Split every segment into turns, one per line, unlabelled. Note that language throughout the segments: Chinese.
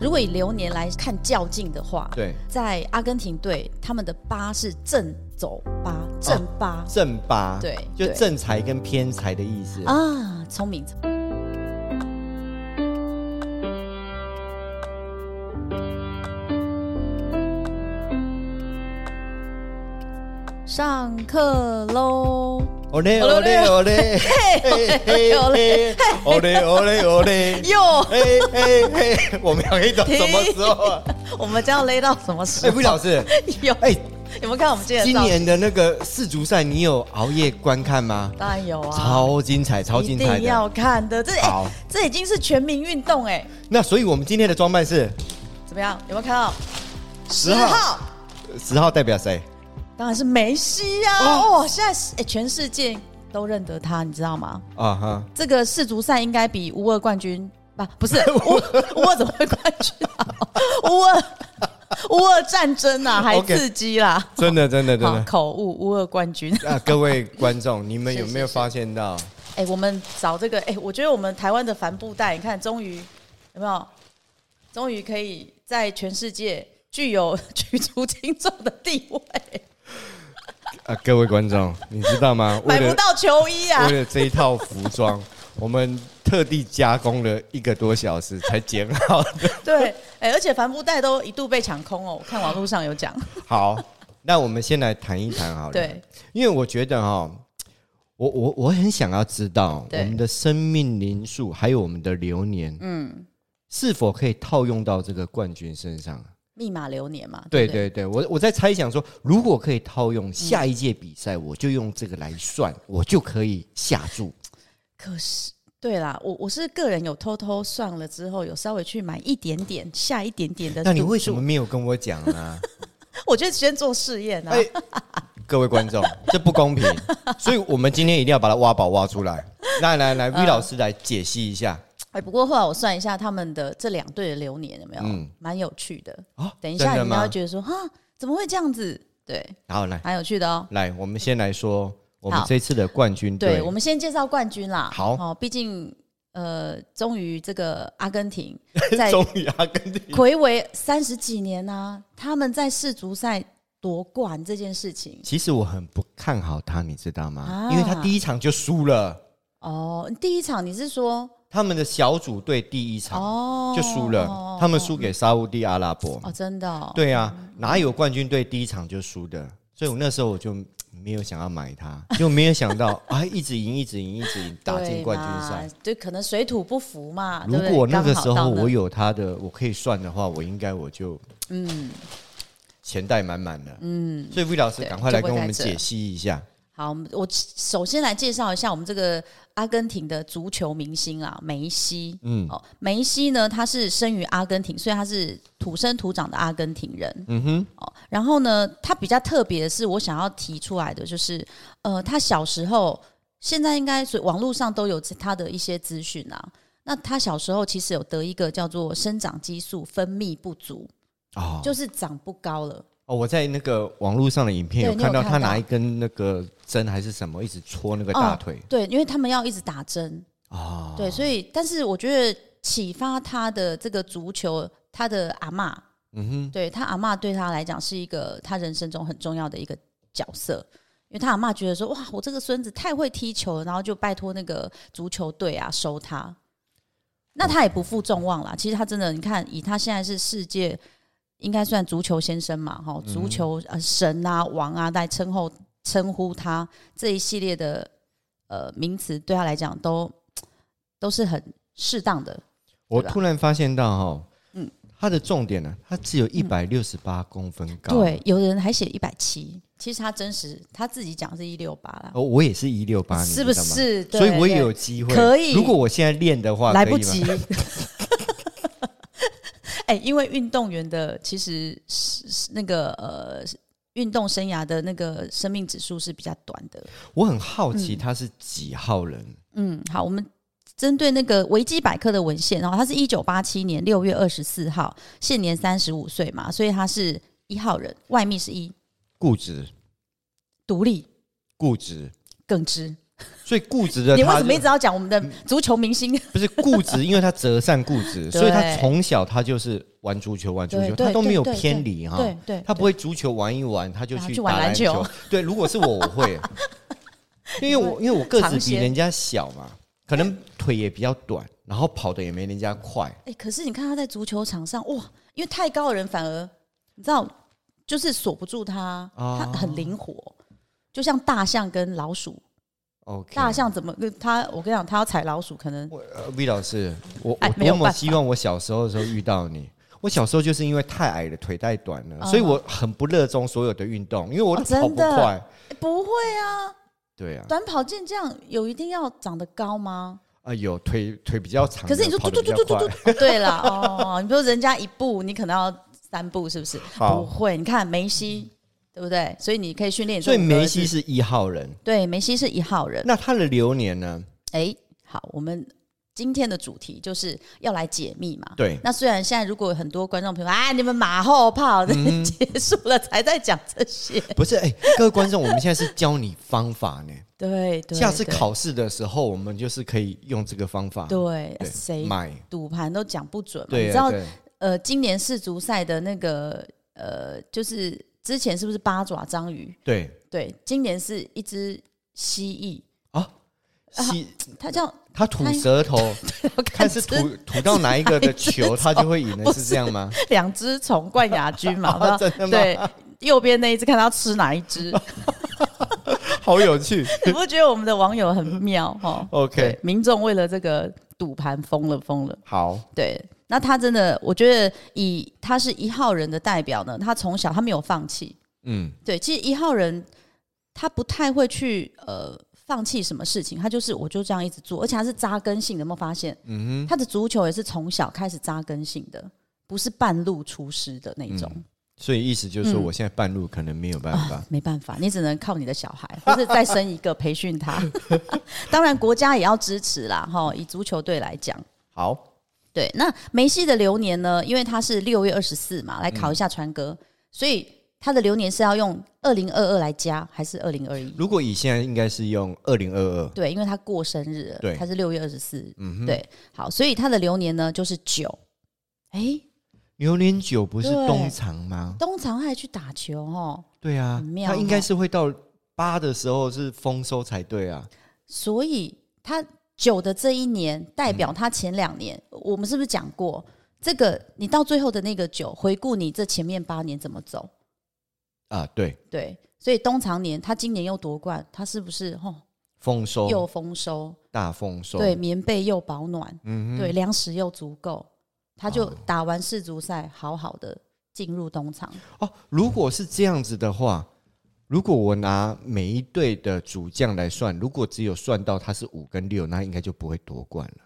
如果以流年来看较劲的话，
对，
在阿根廷队，他们的八是正走八，
啊
正八、
正八，
对
就
对
正财跟偏财的意思。
啊，聪明。上课喽！
哦嘞
哦
哦
嘞
嘞哦嘞，嘿嘿
哦嘞
哦嘞哦嘞 哦嘞，
哟，
嘿嘿嘿，我们要黑到什么时候啊？
我们这样勒到什么
哎，
时候？
魏老师，
有
哎，
有没有看我们今天的
今
照片？
年的那个世足赛，你有熬夜观看吗？
当然有啊，
超精彩，超
一
精彩
定
的。
要看的。这哎、
好
这已经是全民运动哎、
那所以我们今天的装扮是
怎么样？有没有看到？
十号，十号代表谁？
当然是梅西呀、啊！
哦
哇、现在是哎、全世界都认得他，你知道吗？
啊哈，
这个世足赛应该比乌二冠军啊，不 是乌乌二怎么会冠军啊？ 乌二乌二战争啊，还
OK
刺激啦！
真的真的真
好
的。
口误，乌二冠军。
啊，各位观众，你们有没有
是是是
发现到？
哎、我们找这个，哎、我觉得我们台湾的帆布袋，你看，终于有没有？终于可以在全世界具有 举足轻重的地位，
啊，各位观众，你知 道吗？
买不到球衣啊
为！了这一套服装， 我们特地加工了一个多小时才剪好的。
对，哎、而且帆布袋都一度被抢空哦，我看网络上有讲。
好，那我们先来谈一谈 好了。，
对，
因为我觉得哈、我我我很想要知道我
对
们的生命灵数，还有我们的流年，嗯，是否可以套用到这个冠军身上？
密码流年嘛。
对
不对
对对，我我在猜想说，如果可以套用下一届比赛，我就用这个来算，我就可以下注。
可是，对啦，我我是个人有偷偷算了之后，有稍微去买一点点，下一点点的。
那你为什么？没有跟我讲啊呢、
我觉得先做试验啊。
哎，各 位观众，这不公平，所以我们今天一定要把它挖宝挖出来。来来
嗯
来，V 老师来解析一下。
哎，不过后来我算一下他们的这两队的流年有没有，
嗯
蛮有趣的。
哦
等一下你
真的
们
吗
会觉得说，哈，怎么会这样子？对，
好，来
蛮有趣的哦。
来，我们先来说我们
好
这次的冠军
对，
队
我。们先介绍冠军啦。
好
哦，毕竟呃，终于这个阿根廷在
终于阿根廷，
魁违三十几年呢、他们在世足赛夺冠这件事情。
其实我很不看好他，你知道吗？
啊
因为他第一场就输了，
哦，第一场你是说
他们的小组队第一场
哦
就输了，他们输给沙乌地阿拉伯。
哦，真的、哦、
对啊，哪有冠军队第一场就输的？所以我那时候我就嗯没有想要买它，就没有 想到啊，一直赢，一直赢，一直赢，打进冠军赛。
对嘛，就可能水土不服嘛。
如
对不
果
对
那个时
刚
候
好到
我有它的，我可以算的话，我应该我就嗯，钱袋满满的。嗯，所以魏老师
对
赶快来
就不
跟
会
我们
在这
解析一下。
好，我们我首先来介绍一下我们这个阿根廷的足球明星啊，梅西。
嗯
嗯，哦，梅西呢，他是生于阿根廷，所以他是土生土长的阿根廷人。
嗯哼，
哦，然后呢，他比较特别的是，我想要提出来的就是，呃，他小时候，现在应该所以网络上都有他的一些资讯啊。那他小时候其实有得一个叫做生长激素分泌不足，
哦，
就是长不高了。
哦，我在那个网络上的影片
对
有
你
看
有
到
看
他
到
拿一根那个针还是什么，一直戳那个大腿
对，因为他们要一直打针，
啊。
对，所以但是我觉得启发他的这个足球，他的阿嬷，
嗯哼，
对他阿嬷对他来讲是一个他人生中很重要的一个角色，因为他阿嬷觉得说哇，我这个孙子太会踢球了，然后就拜托那个足球队啊收他。那他也不负众望啦，其实他真的，你看以他现在是世界应该算足球先生嘛，哈，足球呃神啊王啊来称后称呼他这一系列的呃名词，对他来讲都都是很适当的。
我
对吧
突然发现到哈、嗯
嗯，
它的重点呢、它只有一百六十八公分高。
对，，有的人还写一百七，其实他真实他自己讲是一六八啦，
哦，我也是一六八，
是不
你知道吗？
是？对
所以我也有机会。
可以
如果我现在练的话，
对来
可以
不
吗
及。。 哎、因为运动员的其实是是那个呃，运动生涯的那个生命指数是比较短的。
我很好奇他是几号人？
嗯，好，我们针对那个维基百科的文献，然后他是一九八七年六月二十四号，现年三十五岁嘛，所以他是一号人，外密是一，
固执，
独立
固执，
耿直，
所以固执的
你为
他
什么一
就
直要讲我们的足球明星？
不是固执，因为他折善固 执，所以他
对
从小他就是玩足球，玩足
对
球，
对
他都
对
没有
对
偏离哈。
对对，
啊他不会足球玩一玩，他就
然后
去
去玩
打
篮
篮
球。
对，如果是我，我会，因为我因为我个子
尝
比
鲜
人家小嘛，可能腿也比较短，然后跑的也没人家快。
哎、可是你看他在足球场上，哇，因为太高的人反而你知道，就是锁不住他，
哦
他很灵活，就像大象跟老鼠，
OK，
大象怎么跟他？我跟你讲，他要踩老鼠，可能
我呃 V 老师，我
哎
我
没有
多么
办法
希望我小时候的时候遇到你。我小时候就是因为太矮了，腿太短了，
嗯
所以我很不热衷所有的运动，因为我
哦
跑不
真的
快。
哎不会啊。
对啊，
短跑健将有一定要长得高吗？
啊有腿腿比较长，
可是你说
跑
嘟
得
嘟
比
嘟
较
嘟嘟
快
嘟，哦对啦，哦，你说人家一步，你可能要三步，是不是？
好
不会，你看梅西，对不对？所以你可以训练你这
所以
种格子。
梅西是一号人，
对梅西是一号人。
那他的流年呢？
哎，好，我们今天的主题就是要来解密嘛。
对
那虽然现在如果有很多观众朋友啊，你们马后炮，
嗯
结束了才在讲这些，
不是，哎、各位观众，我们现在是教你方法呢。
对 对，
下次
对。
考试的时候，我们就是可以用这个方法。
对，谁
买？
赌盘都讲不准嘛？
对
你
啊，
知道
对
呃，今年世足赛的那个呃，就是之前是不是八爪章鱼？
对
对，今年是一只蜥蜴，
啊，吸
它叫
他吐舌头，
我
看
看
是
是
吐吐到哪一个的球，他就会赢 了，
不
是这样吗？
两只虫冠亚军 嘛？
啊
不知道
真的吗？
对，右边那一只看它要吃哪一只，
好有趣。
你不觉得我们的网友很妙哈
OK，
对，民众为了这个赌盘疯了疯了。
好，
对，那他真的，我觉得以他是一号人的代表呢，他从小他没有放弃，
嗯，
对，其实一号人他不太会去呃放弃什么事情，他就是我就这样一直做，而且他是扎根性的，有没有发现？嗯他的足球也是从小开始扎根性的，不是半路出师的那种。
所以意思就是说，
嗯
我现在半路可能没有办法
啊，。没办法，你只能靠你的小孩， 或是再生一个培训他。 当然，国家也要支持啦，哈。以足球队来讲，
好，
对，那梅西的流年呢？因为他是六月二十四嘛，来考一下川哥，所以他的流年是要用二零二二来加，还是二零二一？
如果以现在应该是用二零二二，
对，因为他过生日了，
对
他是六月二十四，
嗯哼，
对，好，所以他的流年呢就是九。哎，
牛年九不是
对
东厂吗？
东常还去打球哦，
对啊
很，妙
他应该
哦
是会到八的时候是丰收才对啊。
所以他九的这一年代
嗯
表他前两年，我们是不是讲过？这个你到最后的那个九，回顾你这前面八年怎么走，
啊，对，
对，所以东常年他今年又夺冠，他是不是哦
丰收，
又丰收？
大丰收，
对，，棉被又保暖，
嗯哼
对，，粮食又足够，他就
哦
打完世足赛，好好的进入东厂。
哦，如果是这样子的话，如果我拿每一队的主将来算，如果只有算到他是五跟六，那应该就不会夺冠了。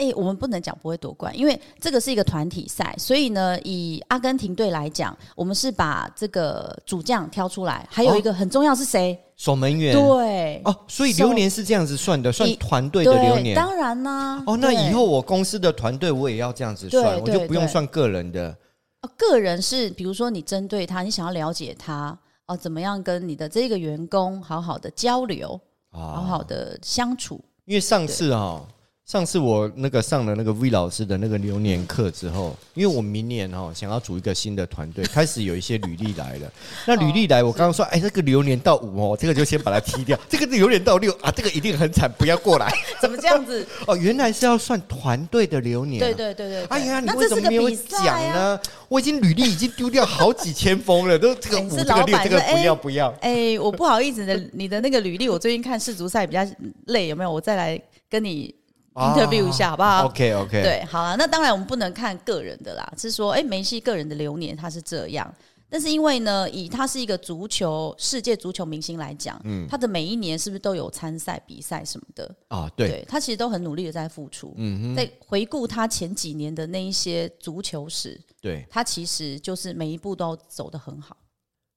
哎、我们不能讲不会夺冠，因为这个是一个团体赛，所以呢，以阿根廷队来讲，我们是把这个主将挑出来，还有一个很重要是谁？
守门员，
对，
哦，所以
守
流年是这样子算的，算
以
团队的流
对，
年。
当然啦、
哦，那
对
以后我公司的团队我也要这样子算，
对
我就
对
不用
对
算个人的。
呃个人是，比如说你针对他，你想要了解他。哦，怎么样跟你的这个员工好好的交流，哦好
啊。
好的相处？
因为上次哦，上次我那个上了那个 V 老师的那个流年课之后，因为我明年哦想要组一个新的团队，开始有一些履历来 了。那
哦
履历来，我刚刚说，哎，这个流年到五哦，这个就先把它踢掉； 这个流年到六啊，这个一定很惨，不要过来。
怎么这样子？
哦，原来是要算团队的流年啊、
对对对对对
哎呀，你
那这
为什
是
么
个
没有
比
讲
赛啊！
呢？我已经履历已经丢掉好几千封了，都这个
哎
五、
是
这
老
个六
板
这个
说
不
哎
要不要。
哎、我不好意思，你的你的那个履历，我最近看世足赛比较累，有没有？我再来跟你 interview 一下，好不好？
啊 OK OK，，
对，好啊。那当然，我们不能看个人的啦，是说，哎、梅西个人的流年他是这样，但是因为呢，以他是一个足球世界足球明星来讲，
嗯
他的每一年是不是都有参赛比赛什么的？
啊对，
他其实都很努力的在付出。嗯，在回顾他前几年的那一些足球史，
对，
他其实就是每一步都走得很好。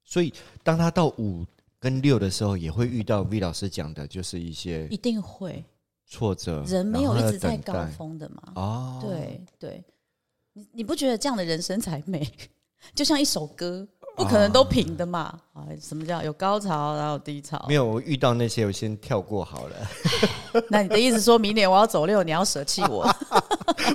所以当他到五跟六的时候，也会遇到 V 老师讲的，就是一些
一定会，
挫折，
人没有
然
一
后
直在
等
高
待
峰的嘛。
哦，，
对对，你你不觉得这样的人生才美？就像一首歌，不
啊
可能都平的嘛。啊，什么叫有高潮，然后有低潮
没？有，我遇到那些我先跳过好 了，
那你的意思说明年我要走六，你要舍弃我，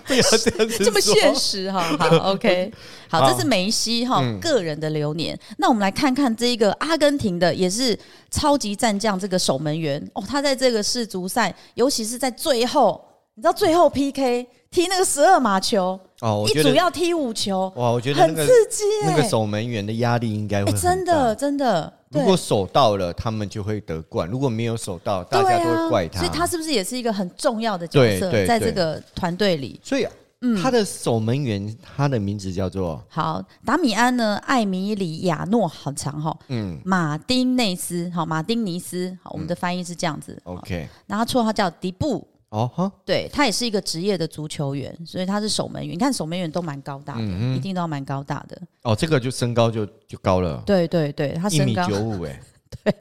不要这样子
这么
啊说啊
现实哈？好 ，OK，好，
好
这是梅西哈
嗯
个人的流年。那我们来看看这一个阿根廷的，也是超级战将这个守门员哦，他在这个世足赛，尤其是在最后，你知道最后 PK 踢那个十二码球，
哦，我
一
觉
组
得
要踢五球，
哇，我觉得那
很
个
刺激
那
耶
个守门员的压力应该会
哎，
很
真
大
的真的，
如
对。
果守到了，他们就会得冠；如果没有守到，大
对
家都会怪
啊。所以他是不是也是一个很重要的角
对
色，
对
在这
对
个团队里？
所以
嗯
他的守门员，他的名字叫做
好，达米安呢？艾米里亚诺好长哈、
嗯
马丁内斯好，马丁尼斯好，我们的翻译是这样子。好
，OK，
然后他绰号叫迪布，
哦哈，
对他也是一个职业的足球员，所以他是守门员。你看守门员都蛮高大的，
嗯
一定都要蛮高大的。
哦，这个就身高就就高了，
对对对，他
一
身
米
高，
九五哎，对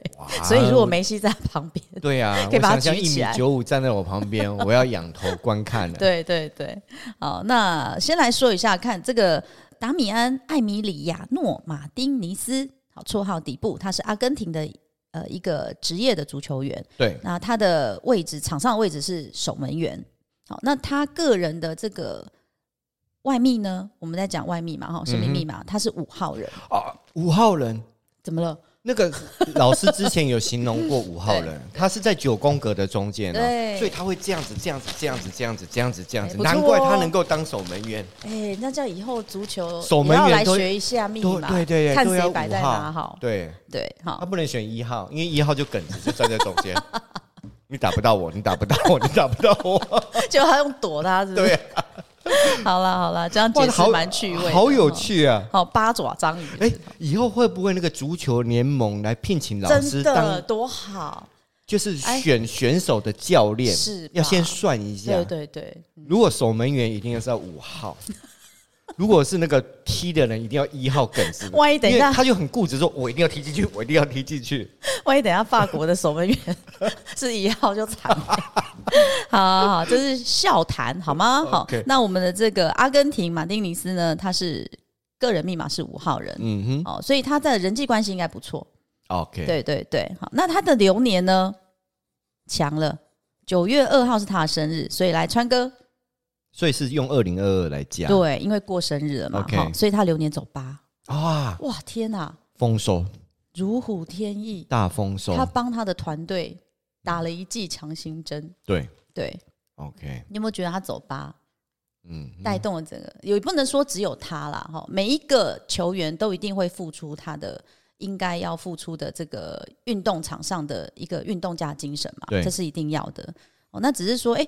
所以如果梅西在旁边，
对啊，
可以把它
我想象
举
一
起
米
来
九五站在我旁 边，我要仰头观看了。
对对对，好，那先来说一下，看这个达米安·艾米里亚诺·马丁尼斯，好，绰号底布，他是阿根廷的呃一个职业的足球员，
对，
那他的位置场上的位置是守门员。好，那他个人的这个外密呢，我们在讲外密嘛，哈，神秘密
嗯
码，他是五号人，
啊，五号人。
怎么了？
那个 老师之前有形容过五号人，他是在九宫格的中间
对
哦，所以他会这样子、这样子、这样子、这样子、这样子、这样
哎
子，
不错哦
难怪他能够当守门员。
哎、那叫以后足球
守
也
门
要
员
来
都
学一下密
都
码，
对对对，
看
都要
谁
五
摆在哪
号
好，
对，
对，好
他，不能选一号，因为一号就梗直就站在中间， 你打不到我，你打不到我，你打不到 我，
就他用躲他是不是？
对啊
好啦好啦，这样解释
好
蛮趣味的，
好有
哈。
趣啊！
好八爪章鱼，
哎，以后会不会那个足球联盟来聘请老
真
师
的
当，
多好！
就是选选手的教练？
是吧
要先算一下
哎对，对对，
如果守门员一定要是要五号， 如果是那个踢的人一定要一号梗子，
万一等一
因为
下
他就很固执，说我一定要踢进去，我一定要踢进去。
万一等一下法国的守门员 是一号就惨了。好好好，这是笑谈好吗？好
OK
那我们的这个阿根廷马丁尼斯呢，他是个人密码是五号人。
嗯
哦，所以他的人际关系应该不错，
哼，OK，
对对对，好，那他的流年呢，强了，九月二号是他的生日，所以来川哥，
所以是用二零二二来加，
对，因为过生日了嘛，
OK
哈，所以他流年走八，
啊，
哇，天哪、
丰收，
如虎添翼，
大丰收
他，帮他的团队打了一剂强心针。
对
对，
，OK，
你有没有觉得他走八
嗯，
带动了整个？也不能说只有他啦，哈，每一个球员都一定会付出他的应该要付出的这个运动场上的一个运动家精神嘛，
对
这是一定要的。哦，那只是说，哎、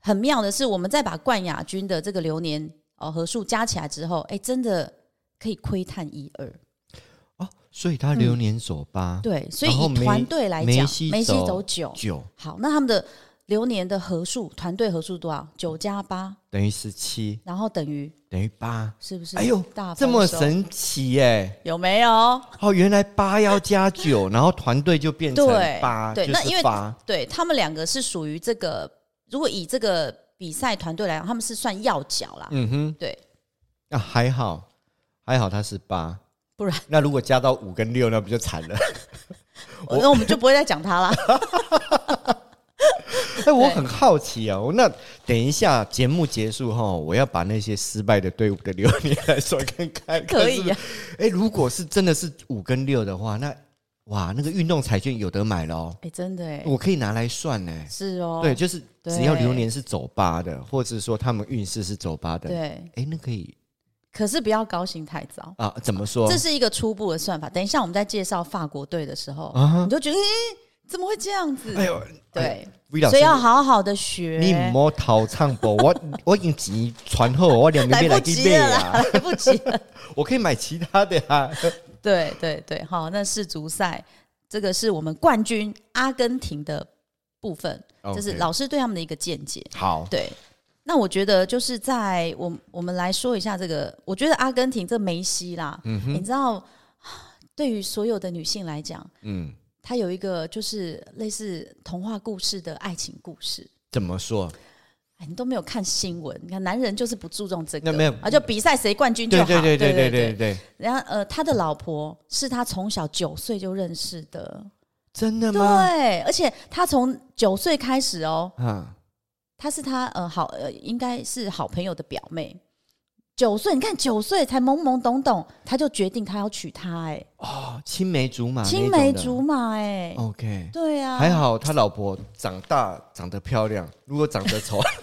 很妙的是，我们再把冠亚军的这个流年哦和数加起来之后，哎、真的可以窥探一二。
哦，所以他流年走八
嗯对，所以
然后
以
梅
团队来讲
梅，西
梅西
走
走九，
九，
好，那他们的流年的合数，团队合数多少？九加八，
等于十七，
然后等于
等于八，
是不是？
哎呦
大，
这么
丰收，
神奇耶！
有没有？
哦，原来八要加九，然后团队就变成
对
八，
对
就
那
是
因为
八
对他们两个是属于这个，如果以这个比赛团队来讲，他们是算要角啦。
嗯哼，
对，
那、还好，还好他是八，
不然
那如果加到五跟六，那不就惨 了？我
那我们就不会再讲 他啦。
哎、我很好奇啊，我那等一下节目结束后，我要把那些失败的队伍的流年来说看看，
可以
看是不是
啊，
哎、如果是真的是五跟六的话，那哇，那个运动彩券有得买了哦，
哎，真的哎，
我可以拿来算呢、
是哦，
对，就是
对
只要流年是走八的，或者说他们运势是走八的，哎、
对，
那可以
可是不要高兴太早。
啊？怎么说
这？是一个初步的算法，等一下我们在介绍法国队的时候，
啊
你就觉得，哎，怎么会这样子？
哎呦，
对，
V 老
所
师
以，要好好的学。
你唔好头唱播，我我已经钱传后，我两边
来
边
不
来去
及
买
了
啊
啦，。 来不及了。
我可以买其他的啊。
对对对，好，那世足赛这个是我们冠军阿根廷的部分，这是
OK
老师对他们的一个见解。
好，
对，那我觉得就是在我我们来说一下这个，我觉得阿根廷这梅西啦，
嗯
你知道，对于所有的女性来讲，
嗯，
她有一个就是类似童话故事的爱情故事。
怎么说？
哎，你都没有看新闻，你看男人就是不注重这个，
那没有
啊，就比赛谁冠军就
对
好，
对对
对
对对对
对。
对，
然后呃，他的老婆是他从小九岁就认识的，
真的吗？
对，而且他从九岁开始哦，
啊，
她是他呃好呃应该是好朋友的表妹，九岁，你看九岁才懵懵懂懂，他就决定他要娶她、
哦，青梅竹马
哎，
那种
青
的，
梅竹马、哎、
，OK，
对啊，
还好他老婆长大长得漂亮，如果长得丑，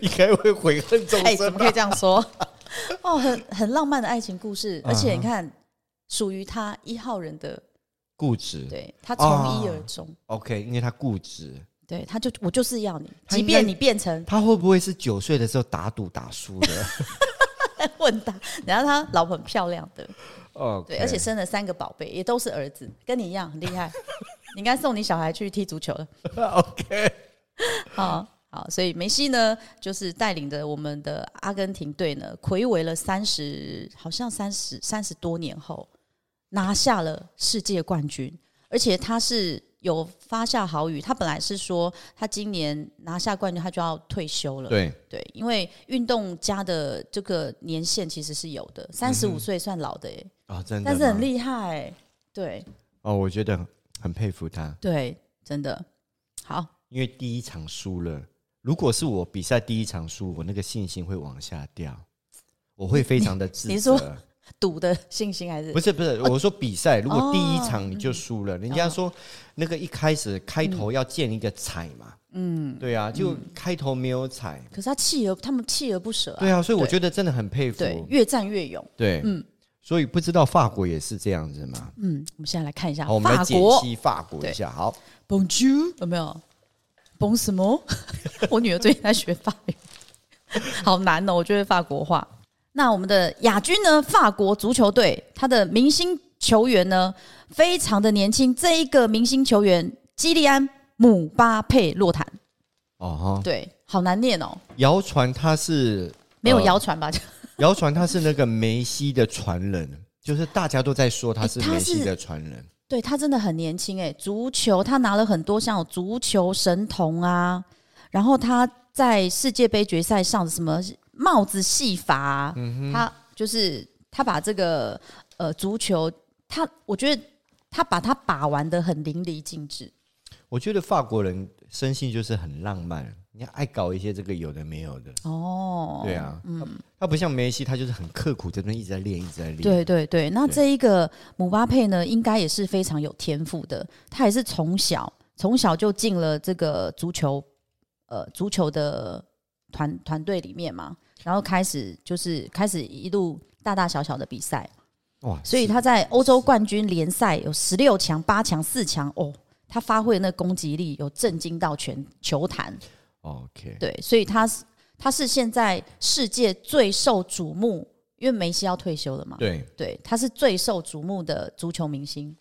应该会悔恨终
哎，怎
生
么
吧
可以这样 说？哦，很很浪漫的爱情故
啊
事，而且你看，属于他一号人的，
固执
对他从一而终，
哦，OK，因为他固执，
对他就我就是要你，
他
即
应该
便你变成
他会不会是九岁的时候打赌打输的
混搭，然后他老婆很漂亮的，
？OK，
对，而且生了三个宝贝，也都是儿子，跟你一样很厉害。你应该送你小孩去踢足球了。
OK，
好好，所以梅西呢，就是带领着我们的阿根廷队呢，魁违了三十，好像三十三十多年后，拿下了世界冠军，而且他是有发下豪语，他本来是说他今年拿下冠军，他就要退休了。
对，
对，因为运动家的这个年限其实是有的，三十五岁算老的、欸，
啊，嗯真的
但
吗，
是很厉害、欸，对
哦，我觉得很很佩服他，
对，真的好。
因为第一场输了，如果是我比赛第一场输，我那个信心会往下掉，我会非常的自责。
你 说哦赌的信心还是
不是不是，我说比赛，如果第一场你就输
哦嗯
了，人家说那个一开始开头要建一个彩嘛，嗯，对啊，就开头没有彩，
可是他锲而他们锲而不舍、啊，
对啊，所以我
对
觉得真的很佩服，
对，越战越勇。
对，所以不知道法国也是这样子嘛？
嗯，我们现在来看一下
好，我们来
法
解
国
析法国一下，好，
，Bonjour 有没有？Bon 什么？ 我女儿最近在学法语， 好难哦，我觉得法国话。那我们的亚军呢？法国足球队，他的明星球员呢，非常的年轻。这一个明星球员，基利安·姆巴佩·洛坦，
哦哈，
对，好难念哦，
谣传他是
没有
呃
谣传吧？
谣传他是那个梅西的传人，就是大家都在说他是
诶他
梅
是
西的传人。
对他真的很年轻哎，足球他拿了很多像有足球神童啊，然后他在世界杯决赛上什么帽子戏法、啊，他就是他把这个呃足球，他我觉得他把他把玩的很淋漓尽致，
我觉得法国人生性就是很浪漫，你爱搞一些这个有的没有的。
哦，
对啊，他他不像梅西，他就是很刻苦，真的一直在练，一直在练。
对对对，那
对
这一个姆巴佩呢，应该也是非常有天赋的。他也是从小从小就进了这个足球，呃，足球的团团队里面嘛，然后开始就是开始一路大大小小的比赛，
哇，
所以
是
他在欧洲冠军联赛有十六强、八强、四强哦，他发挥的那攻击力有震惊到全球坛。
OK，
对，所以他是他是现在世界最受瞩目，因为梅西要退休了嘛。
对，
对，他是最受瞩目的足球明星。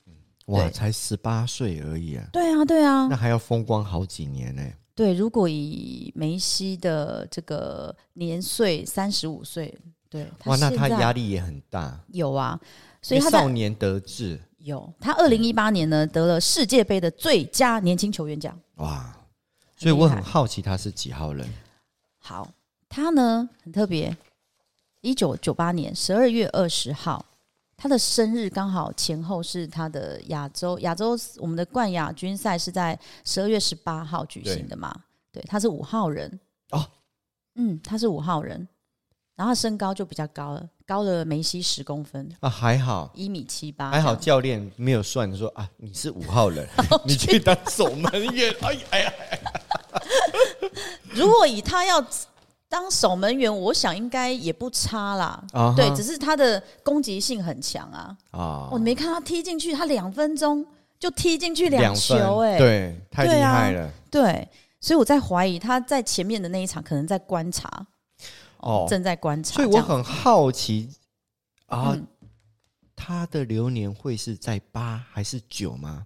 哇，
对
才十八岁而已啊，
对啊，对啊
那，还要风光好几年呢。
对。如果以梅西的这个年岁三十五岁，对，
哇，那
现
他
在
压力也很大，
有啊，所
因
以
为
他
少
在
年得志，
有他二零一八年呢得了世界杯的最佳年轻球员奖。
哇，所以我
厉
很
害
好奇他是几号人。
好，他呢很特别，一九九八年十二月二十号，他的生日刚好前后是他的亚洲亚洲我们的冠亚军赛是在十二月十八号举行的嘛？对，他是五号人
哦，
嗯，他是五号人，然后他身高就比较高了，高了梅西十公分，
啊，还好，
一米七八，
还好教练没有算说啊，你是五 号人，
哦
你去当守门员。哎呀，哎呀，
如果以他要当守门员，我想应该也不差啦。
啊哈
对，只是他的攻击性很强啊。
啊
我、你没看他踢进去，他两分钟就踢进去两
分
球、哎，
对，太
对
厉
啊
害了。
对所以我在怀疑他在前面的那一场可能在观察，
哦
正在观察，
所以
这
我
样
很好奇啊，
嗯
他的流年会是在八还是九吗？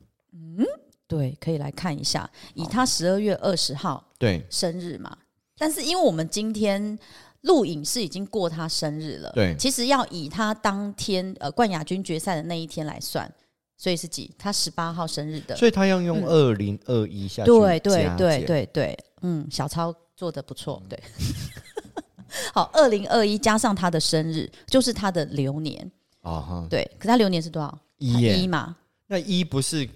对，可以来看一
哦
下，以他十二月二十号
对
生日嘛，但是因为我们今天。录影是已经过他生日了，
对
其实要以他当天呃冠亚军决赛的那一天来算，所以是几？他十八号生日的，
所以他要用
嗯
二零二一下去
对对
加减
对对对，嗯，小超做的不错，对。 好，二零二一加上他的生日，就是他的流年，
啊哈，
对。可他流年是多少？
一耶
一，嘛，
那一不是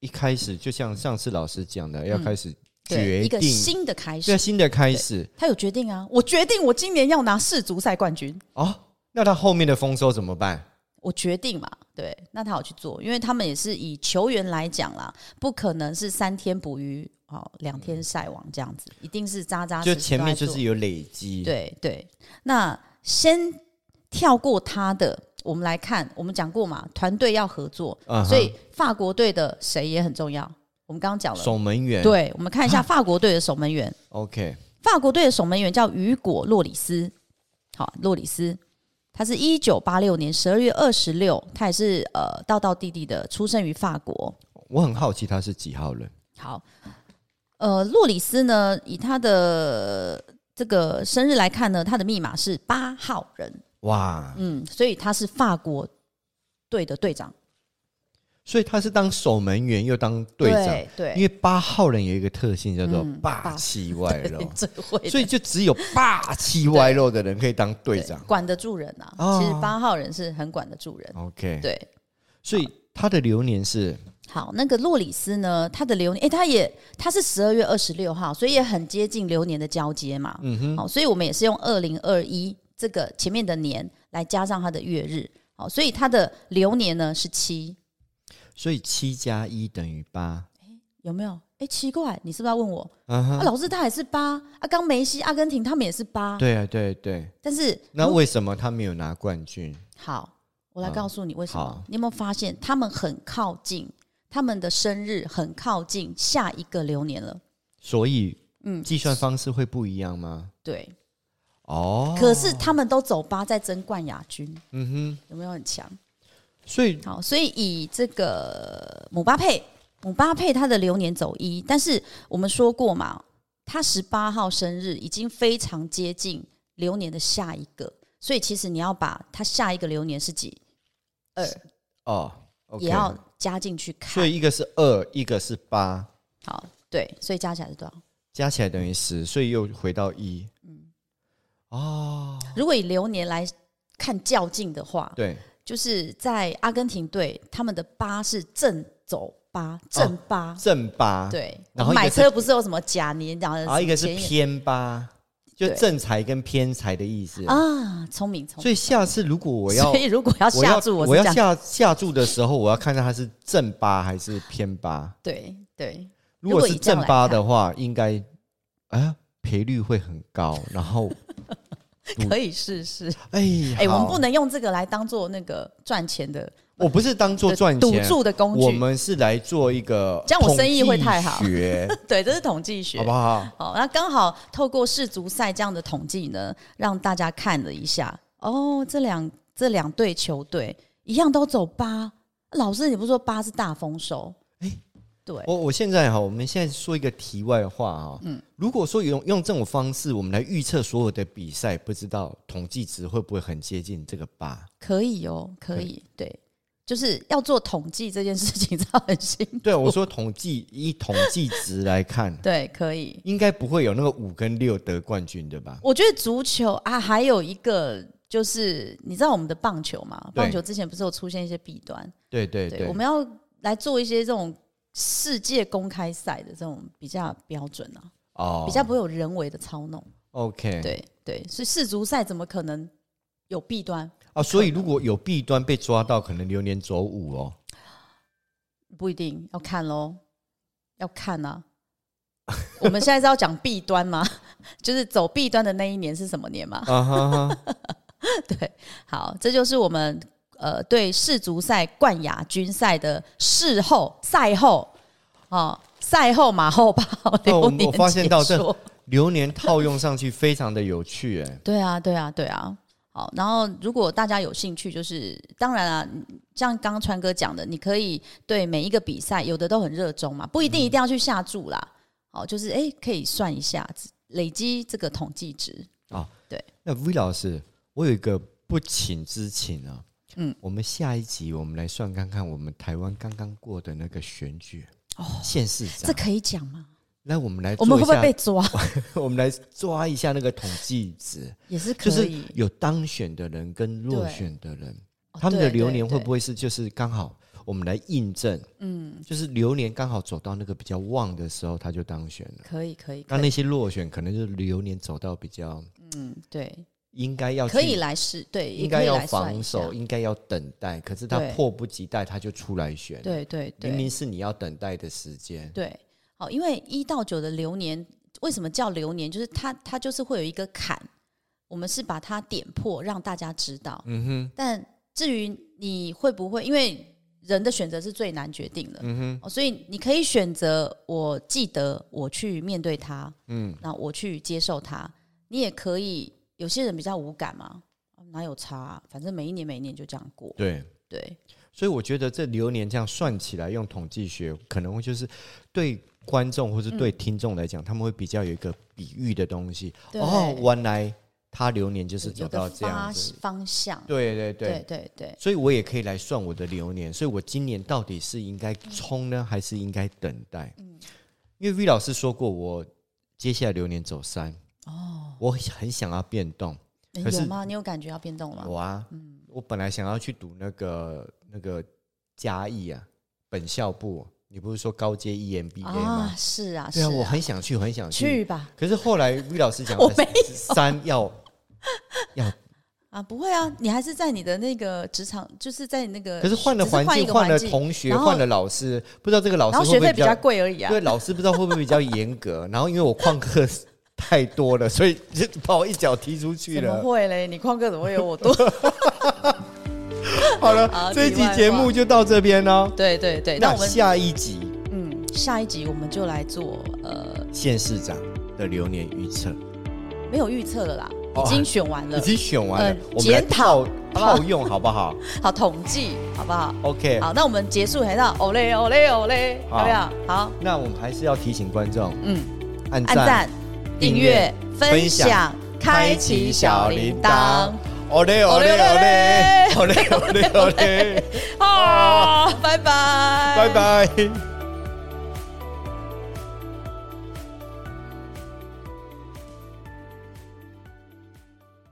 一开始就像上次老师讲的，要开始决
嗯对，一个
定，
新的开
对
始。
新的开始
他有决定啊，我决定我今年要拿世足赛冠军，
哦。那他后面的丰收怎么办？
我决定嘛，对。那他有去做，因为他们也是以球员来讲啦，不可能是三天捕鱼哦，两天晒网这样子，一定是扎扎实
嗯就
实
前面
都在
就
做
是有累积，，
对对，那先跳过他的，我们来看，我们讲过嘛，团队要合作，
嗯哼
所以法国队的谁也很重要。我们刚刚讲了，
守门员，啊
对，我们看一下法国队的守门员，
，OK，
法国队的守门员叫雨果·洛里斯，好，洛里斯。他是一九八六年十二月二十六，他也是呃道道地地的出生于法国。
我很好奇他是几号人
好，呃，洛里斯呢，以他的这个生日来看呢，他的密码是八号人，
哇，
嗯，所以他是法国队的队长，
所以他是当守门员又当队长，
对，对
因为八号人有一个特性叫做
嗯
霸气外露，
最会的
所以就只有霸气外露的人可以当队
对
长。
管得住人啊。
哦
其实八号人是很管得住人，
OK，
对。
所以他的流年是
好，那个洛里斯呢？他的流年，哎、他也他是十二月二十六号，所以也很接近流年的交接嘛。嗯哼，好，所以我们也是用二零二一这个前面的年来加上他的月日，好，所以他的流年呢是七，
所以七加一等于八。
有没有？哎、奇怪，你是不是要问我？
嗯
啊，
哼，
老师他也是八，啊，刚梅西、阿根廷他们也是八，
对啊，对对。
但是
那为什么他没有拿冠军？
好，我来
嗯
告诉你为什么。
好
你有没有发现他们很靠近，他们的生日很靠近下一个流年了？
所以，嗯，
嗯
计算方式会不一样吗？
对，
哦，
可是他们都走八在争冠亚军，
嗯
有没有很强？
哼，所以
好，所以以这个姆巴佩，姆巴佩他的流年走一，但是我们说过嘛，他十八号生日已经非常接近流年的下一个，所以其实你要把他下一个流年是几二
哦，OK，
也要加进去
所
看。
以一个是二，一个是八，
好，对，所以加起来是多少？
加起来等于十，所以又回到一。哦，
如果以流年来看较劲的话，
对，
就是在阿根廷队，他们的八是正走八，正八，
正八，，
对。
啊然后一个
买
是
车不是有什么甲年，然后
然后一个是
前年
偏八，就
对
正财跟偏财的意思。
啊，聪明聪
所
明。
以下次如果我 要
所以如果要
我
下
要
注，
我
是
要
这样，
下下注的时候，我要看看它是正八还是偏八。
对对，如
如果
果
是
以这样
正八
来看
的话，应该啊赔率会很 高。然后嗯
可以试试。
哎呀，
哎，我们
好
不，能用这个来当做那个赚钱的
我不是当做赚
赌
钱，
注的工
我
具，
们是来做一个
这样我生意会太好
统计 学
对，这是统计学
好不。好？
好，哦那刚好透过世足赛这样的统计呢，让大家看了一下，哦，这两这两队球队一样都走八。老师，你不是说八是大丰收？
哎
对，
我我现在哈，我们现在说一个题外话哈，嗯，如果说用用这种方式，我们来预测所有的比赛，不知道统计值会不会很接近这个八？
可以哦，可以，对，就是要做统计这件事情， 真的很辛苦。，
对，我说统计以统计值来 看
对，可以。
应该不会有那个五跟六得冠军对吧？
我觉得足球啊，还有一个就是，你知道我们的棒球嘛？
对
棒球之前不是有出现一些弊端？
对对
对，我们要来做一些这种世界公开赛的这种比较标准啊。
哦
比较不会有人为的操弄。
OK
对对，所以世足赛怎么可能有弊端？
啊，所以如果有弊端被抓到，可能流年走五 哦。
不一定要看喽，要看啊。 我们现在是要讲弊端吗？ 就是走弊端的那一年是什么年吗？
啊哈哈，
对，好，这就是我们呃对世足赛冠亚军赛的事后赛后哦，赛后马后炮
哦
流
我
年
我发现到
解
这
说
流年套用上去非常的有趣哎。
对啊，对啊，对啊。好，然后如果大家有兴趣，就是当然啊，嗯像刚刚川哥讲的，你可以对每一个比赛有的都很热衷嘛，不一定一定要去下注啦。好，就是哎，可以算一下，累积这个统计值。
那 V 老师，我有一个不请之请啊。嗯，我们下一集我们来算看看我们台湾刚刚过的那个选举哦，县市
这
长
可以讲吗？
来，我们来
我们
哎
会
做一
不会
下
被，抓？
我们来抓一下那个统计值，
也是可
就是
以，
有当选的人跟落选的人，
哦
他们的
对
流年
对
会不会是就是刚好我们来印证，嗯，就是流年刚好走到那个比较旺的时候，他就当选
对
了。
可以可以？
那
可以
那些落选可能就是流年走到比较
嗯，对，
应该要去
可以来试，对，也
应
可
该
以
要
来算一
防
下
守，，应该要等待，可是他
对
迫不及待，他就出来选。，
对对对，
明明是你要等待的时间。
对，好，因为一到九的流年，为什么叫流年？就是它它就是会有一个坎，我们是把它点破，让大家知道。嗯哼。但至于你会不会，因为人的选择是最难决定的，嗯哼。所以你可以选择，我记得我去面对它，嗯，那我去接受它。你也可以，有些人比较无感嘛，哪有差啊、反正每一年每一年就这样过，
对，
对，
所以我觉得这流年这样算起来，用统计学可能会就是对观众或是对
嗯
听众来讲，他们会比较有一个比喻的东西。
对
哦，原来他流年就是走
有个
到这
发
样子。
方向，
对对对。
对对对，
所以我也可以来算我的流年，所以我今年到底是应该冲
嗯
呢，还是应该等待？因为 V 老师说过，我接下来流年走三，哦，我很想要变动，
诶
可是
哎有吗？你有感觉要变动了吗？嗯
我啊，我本来想要去读那个那个嘉义啊，本校部，你不是说高阶 E EMBA 吗？
啊，是啊，
对啊，
是
我很想去，很想去，
去吧
可是后来 V 老师讲，
我没
三要要
啊，不会啊，你还是在你的那个职场，就是在你那个，
可是换了
只
环
换一
境，
个
换了
环境
同学，
然后
换了老师，不知道这个老师
然后
会
学
不
费
会
比较贵而已啊
对，。老师不知道会不会比较严格。 然后因为我旷课太多了，所以就把我一脚踢出去
怎么
了。
会嘞？你旷课怎么会有我 多？
好了
好，
这
啊
一
题
集
外话
节目就到这边喽。
对对对，那
那
我们
下一集
嗯，下一集我们就来做呃，
县市长的流年预测
没有预测了啦，
哦
已经选完
已
了，
经选完了
呃，
我们来
检讨
套
好不好
套用好 不好
好统计好不好？
？OK，
好，那我们结束还到哦嘞哦嘞哦嘞，
好
要不要？好，
那我们还是要提醒观众
嗯，
按
按赞、订
订
阅
阅、
分
分享
享、开启小铃铛。。
哦嘞哦嘞 哦嘞哦嘞哦嘞哦嘞，
哦，拜拜，
拜。拜。